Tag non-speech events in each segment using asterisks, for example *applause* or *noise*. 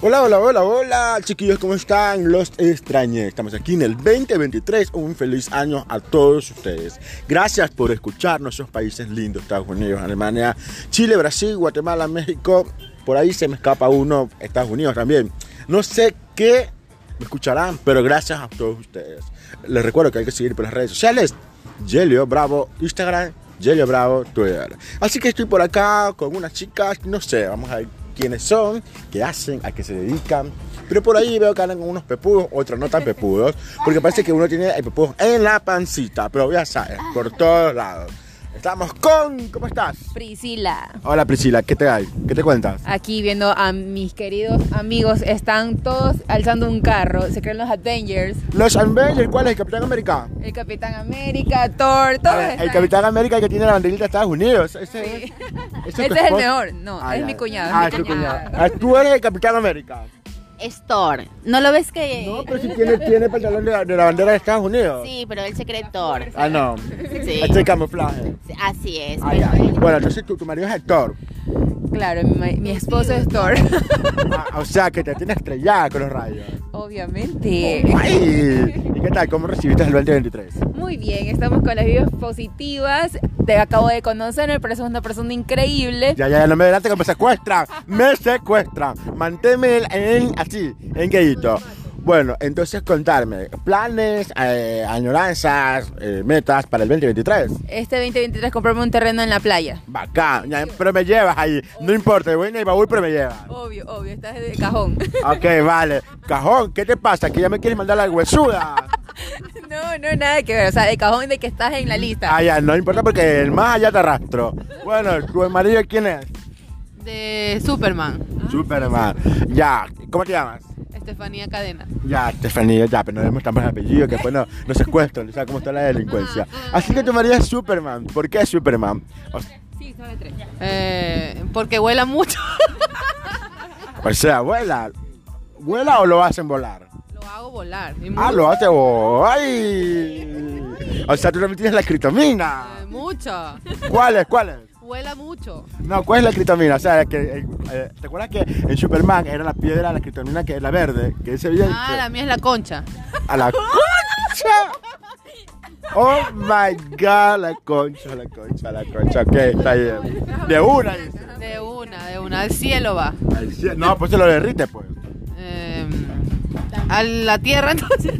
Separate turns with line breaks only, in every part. Hola, hola, hola, hola, chiquillos, ¿cómo están? Los extrañé. Estamos aquí en el 2023. Un feliz año a todos ustedes. Gracias por escucharnos, esos países lindos: Estados Unidos, Alemania, Chile, Brasil, Guatemala, México. Por ahí se me escapa uno, Estados Unidos también. No sé qué me escucharán, pero gracias a todos ustedes. Les recuerdo que hay que seguir por las redes sociales: Yelio Bravo, Instagram, Yelio Bravo, Twitter. Así que estoy por acá con unas chicas, no sé, vamos a ver quiénes son, qué hacen, a qué se dedican. Pero por ahí veo que andan con unos pepudos, otros no tan pepudos, porque parece que uno tiene el pepudo en la pancita, pero ya sabes, por todos lados. Estamos con, ¿cómo estás?
Priscila,
Hola Priscila, ¿qué te hay? ¿Qué te cuentas?
aquí viendo a mis queridos amigos, están todos alzando un carro, se creen los Avengers,
Los Avengers, ¿cuál es el Capitán América?
el Capitán América, Thor,
A
todos
ver, Ah, el
están-
Capitán América que tiene la banderita de Estados Unidos. Ese, es-
Sí.
ese tu
Este es el
esposo.
mejor, no,
Ah,
es
ya.
mi cuñado,
Ah,
es
tu
mi
cuñado.
cuñado.
Ah, tú eres el Capitán América.
Es Thor. ¿No lo ves que.?
No, pero si tiene, tiene pantalón de la, de la bandera de Estados Unidos.
Sí, pero él se cree Thor.
Ah, no.
Sí.
Este es camuflaje.
Así es.
Ah, ya. Bueno, entonces tu, tu marido es actor.
Claro, mi, ma- mi esposo es Thor,
Ah,
*laughs*
o sea, que te tiene estrellada con los rayos.
obviamente.
¡Ay! ¿Y qué tal? ¿Cómo recibiste el 2023?
Muy bien, estamos con las vibras positivas, te acabo de conocer, me parece una persona increíble.
Ya, ya, ya, no me delante que me secuestran. Me secuestran. Manténme en, en- así, en gayito. Bueno, entonces contarme, planes, eh, añoranzas, eh, metas para el 2023.
Este 2023 comprarme un terreno en la playa.
Bacán, ya, pero me llevas ahí. No importa, voy en el baúl, pero me llevas.
Obvio, obvio, estás de cajón. *laughs*
Ok, vale. Cajón, ¿qué te pasa? Que ya me quieres mandar la huesuda.
No, no, nada que ver. O sea, de cajón de que estás en la lista.
Ah, ya, no importa porque el más allá te arrastro. Bueno, tu marido, ¿quién es?
De Superman,
Superman. Ya, ¿cómo te llamas?
Estefanía Cadena.
Ya, Estefanía, ya, pero no vemos tan buenos apellidos que después no, no se cuestan, o sea, cómo está la delincuencia. Así que tu marido es Superman. ¿Por qué es Superman? O,
Eh, porque vuela mucho. *laughs*
o sea, vuela. ¿Vuela o lo hacen volar?
Lo hago volar. y
Ah,
mucho,
lo hace volar. ¡Ay! O sea, tú también tienes la
eh,
critomina.
mucho.
¿Cuál es? ¿Cuál es?
Vuela mucho.
No, ¿cuál es la critomina? O sea, que, eh, eh, ¿te acuerdas que en Superman era la piedra, la critomina, que es la verde? Que ese día...
Ah, la mía es la concha.
*laughs* A la concha. Oh my god, la concha, la concha, la concha. Ok, está bien. De una. dice.
De una, de una. Al cielo va.
Al cielo. No, pues se lo derrite, pues.
Eh, a la tierra *laughs* entonces.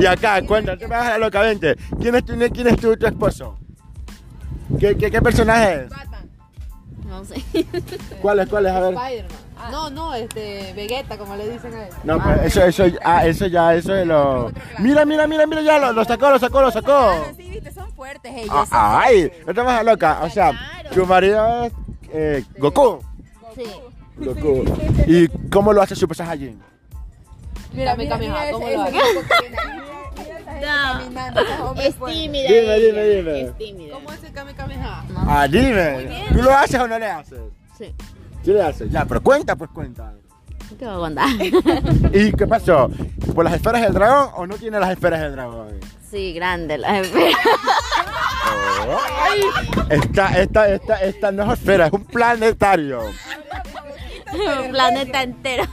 Y acá, cuenta, te me vas a la loca, vente. ¿Quién es tu, quién es tu, tu esposo? ¿Qué, qué, qué personaje es?
No sé.
*laughs* ¿Cuál es, cuál es? A ver.
Spider-Man. No, no, este, Vegeta, como le dicen a él.
No, pues eso, eso, ah, eso ya, eso es lo... Mira, mira, mira, mira, ya lo, lo sacó, lo sacó, lo sacó.
sí, viste, son fuertes ellos.
Ah, ay, no te vas a loca. O sea, tu marido es eh, Goku.
Sí.
Goku. ¿Y cómo lo hace Super Saiyajin?
Mira,
Dame
mira,
Kamehameha,
mira,
¿cómo
ese-
lo
ese
hago?
tipo que viene ahí, mira, mira, esa gente caminando, esos hombres
Es
fuertes.
tímida.
Dime, dime,
ella.
dime.
Es tímida.
¿Cómo es el Kame Kameha?
Ah, dime. ¿Tú lo haces o no le haces?
Sí.
¿Qué le haces? Ya, pero cuenta, pues cuenta.
No te va a aguantar.
¿Y qué pasó? ¿Por las esferas del dragón o no tiene las esferas del dragón?
Sí, grande la *laughs* enfermera.
Ay, Esta, esta, esta, esta no es esfera, es un planetario.
Un planeta entero.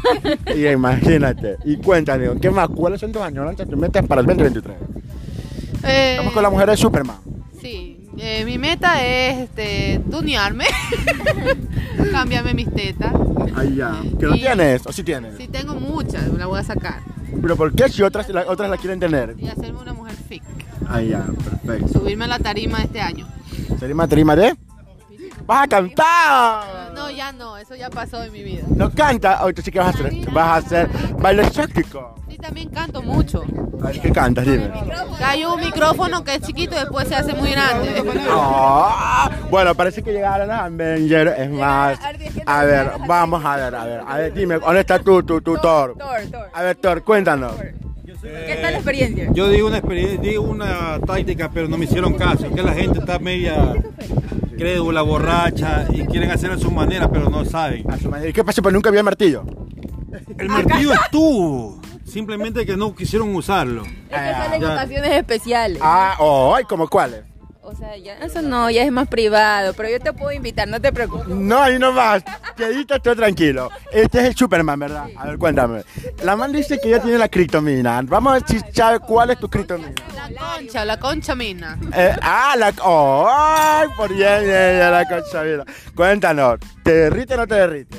Y imagínate. Y cuéntame, ¿qué más? ¿Cuáles son tus añoranzas que metas para el 2023?
Eh,
Estamos con la mujer de Superman.
Sí. eh, mi meta es este, tunearme. *laughs* Cámbiame mis tetas.
Ay, ya. ¿Que no
Y-
tienes? ¿O sí tienes?
Sí, tengo muchas, la voy a sacar.
¿Pero por qué si otras, la- otras la quieren tener?
Y hacerme una mujer fit.
Ay, ya, perfecto.
Subirme a la tarima este año.
¿Serima, trima de? ¡Vas a cantar!
No, ya no, eso ya pasó en mi vida.
No canta, ahorita sí que vas a hacer. Vas a hacer baile exótico.
Sí, también canto mucho.
Ay, ¿Qué cantas? Dime.
Hay un micrófono que es chiquito, después se hace muy grande.
Ah, bueno, parece que llegaron los Avengers, es más. A ver, vamos a ver, a ver. A ver, dime, ¿dónde está tu, tu, tu Thor?
Thor, Thor.
A ver, Thor, cuéntanos.
¿Qué tal la experiencia?
Eh. Yo di una experiencia, di una táctica, pero no me hicieron caso. Que la gente está media crédula, borracha y quieren hacer a su manera, pero no saben.
A su madre, ¿Qué pasó? Pues nunca vi el martillo.
El martillo estuvo, simplemente que no quisieron usarlo.
Es que salen
ya.
ocasiones especiales.
Ah, oh, ay, ¿como cuáles?
O sea, ya eso no, ya es más privado, pero yo te puedo invitar, no te preocupes.
No, ahí no vas. Quedito, estoy tranquilo. Este es el Superman, ¿verdad? A ver, cuéntame. La man dice que ya tiene la criptomina. Vamos a ver si sabe cuál es tu criptomina.
La concha, la concha mina.
Eh, ah, la. oh, ¡Ay! Por bien, bien, bien, la concha vida. Cuéntanos, ¿te derrite o no te derrite?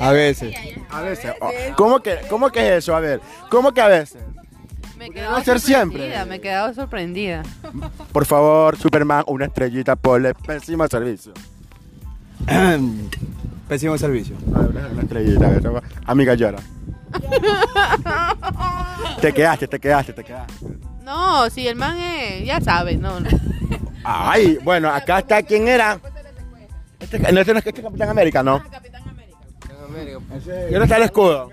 A veces.
A veces. oh, ¿cómo, que, ¿Cómo que es eso? A ver, ¿cómo que a veces?
Me he
va a ser siempre.
sorprendida, Me he quedado sorprendida.
Por favor, Superman, una estrellita por el pésimo servicio.
*clears throat* Pésimo servicio.
A ver, una- una estrellita, a ver, amiga llora. te quedaste, te quedaste, te quedaste.
No, si el man es, ya sabes, no, no.
Ay, bueno, acá está quién era. Este, no, este no es este es Capitán América, ¿no? ¿Y dónde está el escudo?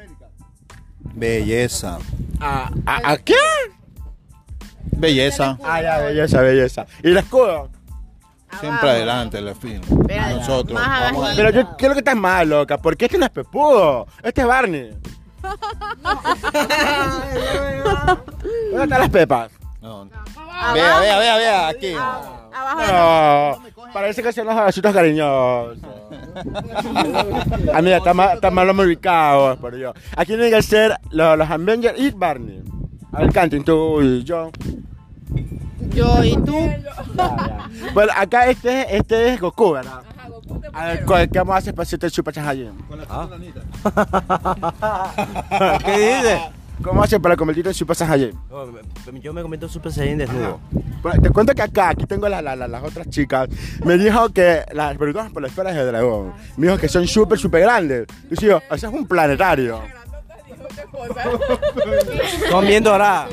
Belleza.
¿A, a, a quién?
Belleza.
Ah, ya, belleza, belleza. ¿Y el escudo?
Siempre adelante, la fin. Nosotros.
Más
vamos
abajito.
Pero yo creo que estás mal, loca, porque este no es Pepudo, este es *laughs* Barney. ¿Dónde están las pepas?
a- No. Vea, vea, vea, vea, aquí.
Ah, No, parece que son los abracitos *laughs* cariñosos. Amiga, está mal, está mal ubicados, por Dios. Aquí tienen que ser los, los Avengers y Barney. A ver, canten tú y yo.
Yo y tú.
Bueno, acá este, es- este es Goku, ¿verdad? A ver, ¿cuál- ¿qué vamos a hacer para hacerte el Super Saiyajin?
¿Ah? *laughs*
¿Qué dices?
¿Cómo haces para convertirte en Super Saiyajin?
No, me- Yo me comento Super Saiyan desnudo.
Bueno, te cuento que acá, aquí tengo la- la- la- las otras chicas. Me dijo que las preguntas por las esferas de dragón. Me dijo que son súper, súper grandes. Yo digo, eso es un planetario.
Son bien doradas.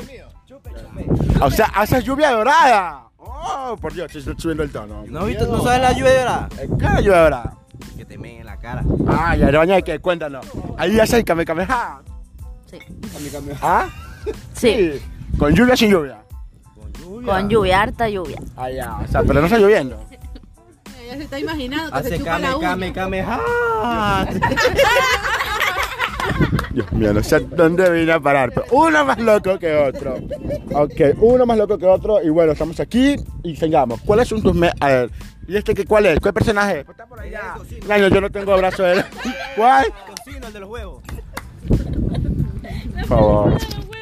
O sea, hace lluvia dorada. Oh, por Dios, estoy subiendo el tono.
¿No, viste- ¿No sabes la lluvia dorada?
Eh, ¿Qué lluvia dorada? Ah,
Que te meen en la cara.
Ay, Aroña, que cuéntanos. Ahí hace el kamehameha.
Sí.
¿Ah?
Sí.
¿Con lluvia o sin lluvia?
Con lluvia, harta lluvia.
Ah, ya. O sea, pero no está lloviendo.
Ya se está imaginando que se
Hace
chupa
came,
la uña.
came, came. ¡ah!
Dios mío, no sé dónde vine a parar, pero uno más loco que otro. Ok, uno más loco que otro. Y bueno, estamos aquí y tengamos. ¿Cuáles son tus... me- a ver, ¿y este qué, cuál es? ¿Cuál personaje? Está por allá. No, yo no tengo brazo *laughs* de... ¿Cuál?
Cocino, el de los huevos.
Por favor,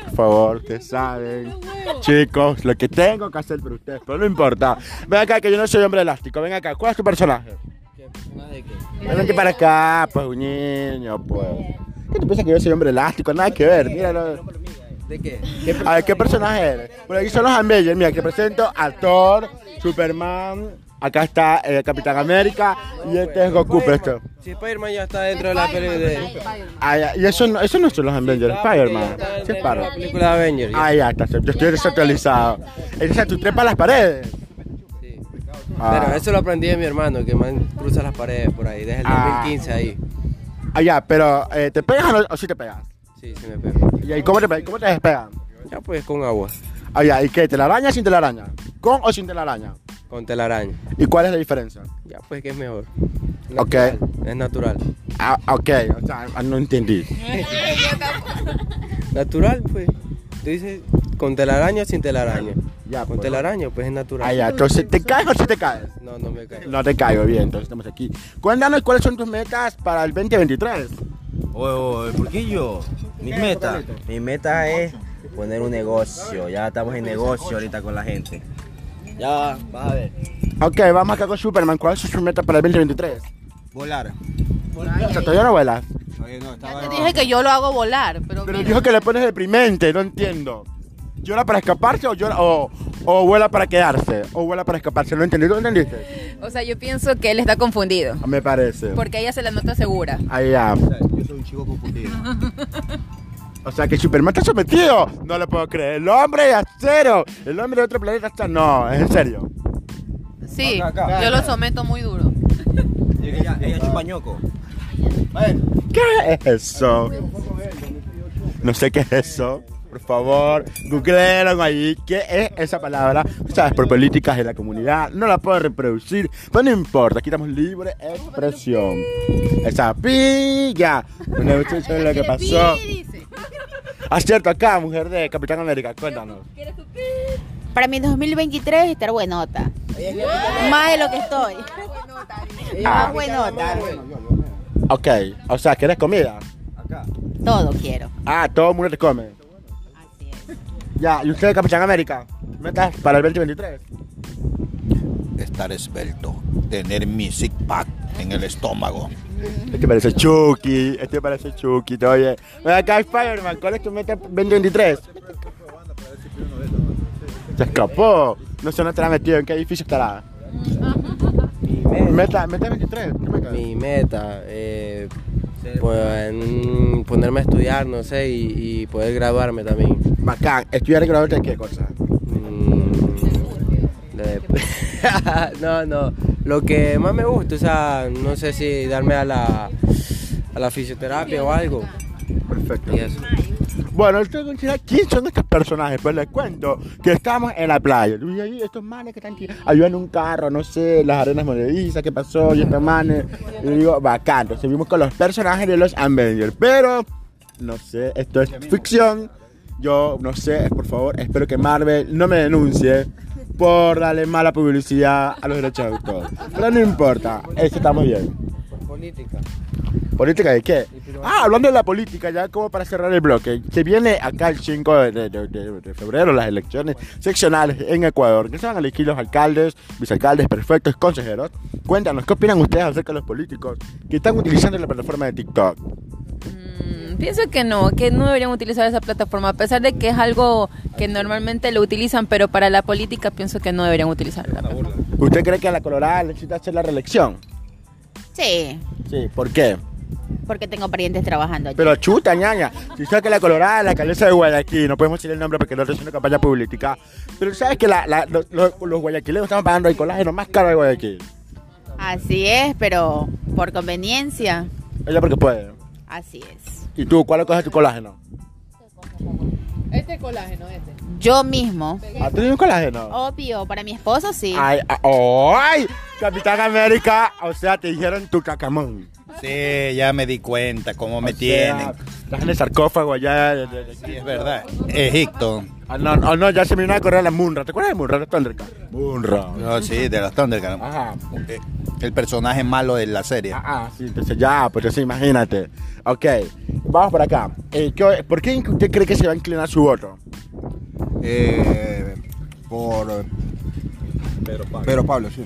por favor, ustedes saben. Chicos, lo que tengo que hacer por ustedes, pero no importa. Ven acá, que yo no soy hombre elástico. Ven acá, ¿cuál es tu personaje? Vente para acá, pues un niño, pues. ¿Qué tú piensas que yo soy hombre elástico? Nada que ver, míralo.
¿De qué?
A ver, ¿qué personaje eres? Por aquí son los Avengers, mira, que presento a Thor, Superman, acá está eh, Capitán América y este es Goku, pero esto.
Si Spider-Man ya está dentro de la película de...
Ah, ya, y eso no, eso no son los Avengers, Spider-Man. Sí, Spider-Man.
para. La película de Avengers.
Ah, ya, está, yo estoy desactualizado. Esa sea, tú trepas las paredes.
Sí.
Ah,
Pero eso lo aprendí de mi hermano, que man cruza las paredes por ahí, desde el
Ah.
2015 ahí.
ah, ya, pero eh, ¿te pegas o, no, o sí te pegas?
Sí, sí me pego.
¿Y ahí cómo te, pe- cómo te despegas?
Ya pues con agua,
Ah, ya, ¿y qué? ¿Telaraña o sin telaraña? ¿Con o sin telaraña?
con telaraña.
¿Y cuál es la diferencia?
Ya pues que es mejor.
Ok.
Natural, Es natural.
Ah, ok, o sea, ah, no entendí.
Natural, pues. Tú dices con telaraña o sin telaraña.
Ya,
Con
pues.
telaraña, pues es natural.
Ah, ya, entonces, ¿te caes o sí te caes?
No, no me cae.
No te caigo bien, entonces estamos aquí. Cuéntanos cuáles son tus metas para el 2023.
Oye, oye, ¿por qué yo? Mi meta. Mi meta es poner un negocio. Ya estamos en negocio ahorita con la gente.
Ya, vas a ver.
Ok, vamos acá con Superman. ¿Cuáles son tus metas para el 2023?
Volar.
O sea, todavía no vuelas.
Oye, no, estaba.
Ya te dije que yo lo hago volar, pero,
Pero
mira,
dijo que le pones deprimente, no entiendo. ¿Llora para escaparse o, llora, o, o vuela para quedarse? ¿O vuela para escaparse? ¿Lo entendí? ¿Lo entendiste? Ah,
O sea, yo pienso que él está confundido.
Me parece.
Porque ella se la nota segura.
Ahí ya.
Yo soy un chico confundido.
O sea que Superman está sometido. No lo puedo creer. El hombre de acero. El hombre de otro planeta está. No, es en serio.
sí,
Acá, acá.
yo lo someto muy duro.
Ella, ella
Este,
chupa ñoco.
¿Qué es eso? No sé qué es eso. Por favor, googlearon ahí. ¿Qué es esa palabra? Sabes, por políticas de la comunidad. No la puedo reproducir, pero no importa. Aquí estamos libre expresión. Esa pilla. Bueno, ustedes saben lo que pasó. Ah,
Sí, dice.
Acierto acá, mujer de Capitán América. Cuéntanos.
Para mi 2023 estar buenota. Más de lo que estoy. Más buenota.
Ok, o sea, ¿quieres comida?
Todo quiero.
Ah, todo el mundo te come. Ya, ¿y usted, Capitán América? ¿Metas para el 2023?
Estar esbelto, tener mi six pack en el estómago.
Este parece Chucky, este parece Chucky, te oye. Ven acá, Spider-Man, ¿cuál es tu meta 2023? Se escapó. No sé dónde estará metido, en qué edificio *laughs* estará. Meta, meta 23, ¿qué meta?
Mi meta, eh, pues, mm, ponerme a estudiar, no sé, y, y poder graduarme también.
Bacán, estudiar y graduarte de qué cosa.
Mm, de- *laughs* no, no, lo que más me gusta, o sea, no sé si darme a la, a la fisioterapia o algo.
Perfecto.
Y eso.
Bueno, usted considera quién son estos personajes. Pues les cuento que estamos en la playa. Y ahí estos manes que están tir- ayudando un carro, no sé, las arenas movedizas, qué pasó, y estos manes. Y yo digo, bacán. Entonces vimos con los personajes de los Avengers. Pero, no sé, esto es ficción. Yo, no sé, por favor, espero que Marvel no me denuncie por darle mala publicidad a los derechos de autor. Pero no importa, eso estamos bien.
Política.
¿Política de qué? Ah, hablando de la política, ya como para cerrar el bloque. Se viene acá el 5 de, de- de- de febrero las elecciones seccionales en Ecuador, que se van a elegir los alcaldes, vicealcaldes, perfectos, consejeros. Cuéntanos, ¿qué opinan ustedes acerca de los políticos que están utilizando la plataforma de TikTok?
Mm, Pienso que no, que no deberían utilizar esa plataforma, a pesar de que es algo que normalmente lo utilizan, pero para la política pienso que no deberían utilizarla.
¿Usted cree que a la Colorada necesita hacer la reelección?
Sí,
Sí, ¿por qué?
porque tengo parientes trabajando allí.
Pero chuta, ñaña. Si sabes que la colorada, la alcaldesa de Guayaquil, no podemos decir el nombre porque no está haciendo campaña política. Pero sabes que la- la- los, los- los guayaquileños están pagando el colágeno más caro de Guayaquil.
Así es, pero por conveniencia.
Ella porque puede.
Así es.
¿Y tú cuál coges tu colágeno?
Este colágeno, este.
Yo mismo.
¿Ah, ¿Tú tienes un colágeno?
Obvio, para mi esposo sí.
Ay, ah, oh, ay, Capitán América, o sea, te dijeron tu cacamón.
Sí, ya me di cuenta cómo me
O sea,
tienen.
Estás en el sarcófago allá. de- de- de-
Sí, es verdad. Egipto.
Ah, no, no, no, ya se me vino a correr la Munra. ¿Te acuerdas de Munra? Thundercat? Munra.
No, sí, de los Thundercats.
Ajá.
Eh, El personaje malo de la serie.
Ah, ah, sí, entonces ya, pues entonces imagínate. Ok, vamos para acá. Eh, ¿qué- ¿Por qué usted cree que se va a inclinar su voto?
Eh, por. Pero Pablo, sí.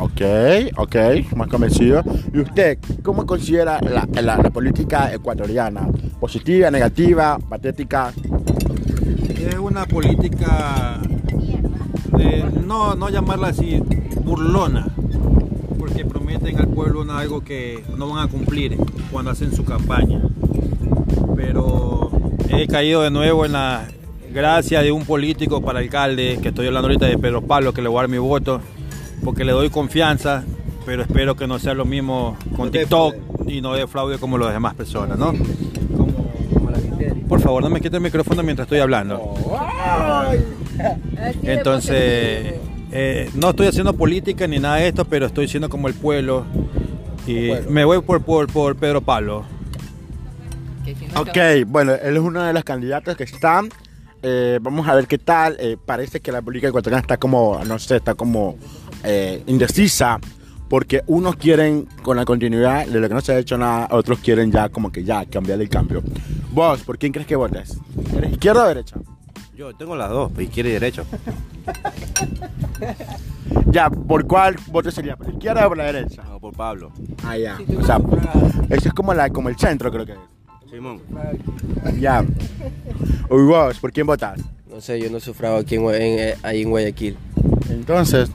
Ok, ok, más convencido. ¿Y usted cómo considera la, la- la política ecuatoriana? ¿Positiva, negativa, patética?
Es una política de no, no llamarla así burlona, porque prometen al pueblo una- algo que no van a cumplir cuando hacen su campaña. Pero he caído de nuevo en la gracia de un político para alcalde, que estoy hablando ahorita de Pedro Pablo, que le voy a dar mi voto, porque le doy confianza, pero espero que no sea lo mismo con TikTok y no defraude como las demás personas, ¿no? Por favor, no me quite el micrófono mientras estoy hablando. Entonces, eh, no estoy haciendo política ni nada de esto, pero estoy siendo como el pueblo. Y me voy por, por, por Pedro Pablo.
Ok, bueno, él es uno de los candidatos que están. Eh, vamos a ver qué tal. Eh, parece que la política ecuatoriana está como, no sé, está como eh, indecisa. Porque unos quieren con la continuidad de lo que no se ha hecho nada, otros quieren ya como que ya cambiar el cambio. Vos, ¿por quién crees que votes? ¿Eres izquierda o derecha?
Yo tengo las dos, pues, izquierda y derecho.
Ya, ¿por cuál voto sería? ¿Por la izquierda o por la derecha?
No, por Pablo.
Ah, ya. O sea, eso es como, la, como el centro, creo que es.
Simón.
Ya. Uy, vos, ¿por quién votas?
No sé, yo no sufraba aquí en, Gua- en- eh, ahí en Guayaquil.
Entonces,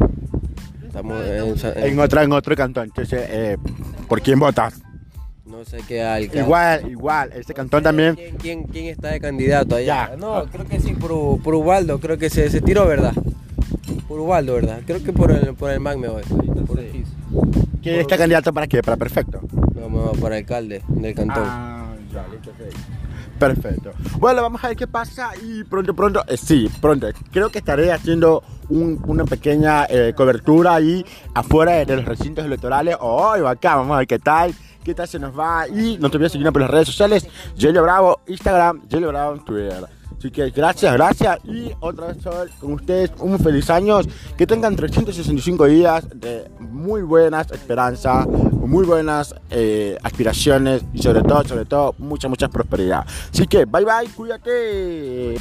Estamos en, Sa- en-
en otro, en otro cantón. Entonces, eh, ¿por quién votas?
no sé qué alcalde.
Igual, igual, este cantón también.
¿Quién, quién, quién está de candidato allá?
Ya.
No, creo que sí, por, U- por Ubaldo, creo que se, se tiró, ¿verdad? Por Ubaldo, ¿verdad? Creo que por el, por el MAC me voy. Por Ortiz.
¿Quién está candidato para qué? Para perfecto.
No, me voy por alcalde del cantón.
Ah, ya, listo, sí. Perfecto. Bueno, vamos a ver qué pasa y pronto, pronto, eh, sí, pronto. Creo que estaré haciendo un- una pequeña eh, cobertura ahí afuera de, de los recintos electorales. Hoy va acá, vamos a ver qué tal, qué tal se nos va. Y no te olvides seguirnos por las redes sociales, Yelio Bravo, Instagram, Yelio Bravo en Twitter. Así que gracias, gracias. Y otra vez Sol, con ustedes un feliz año. Que tengan 365 días de muy buenas esperanzas, muy buenas eh, aspiraciones y sobre todo, sobre todo, mucha, mucha prosperidad. Así que bye bye, cuídate.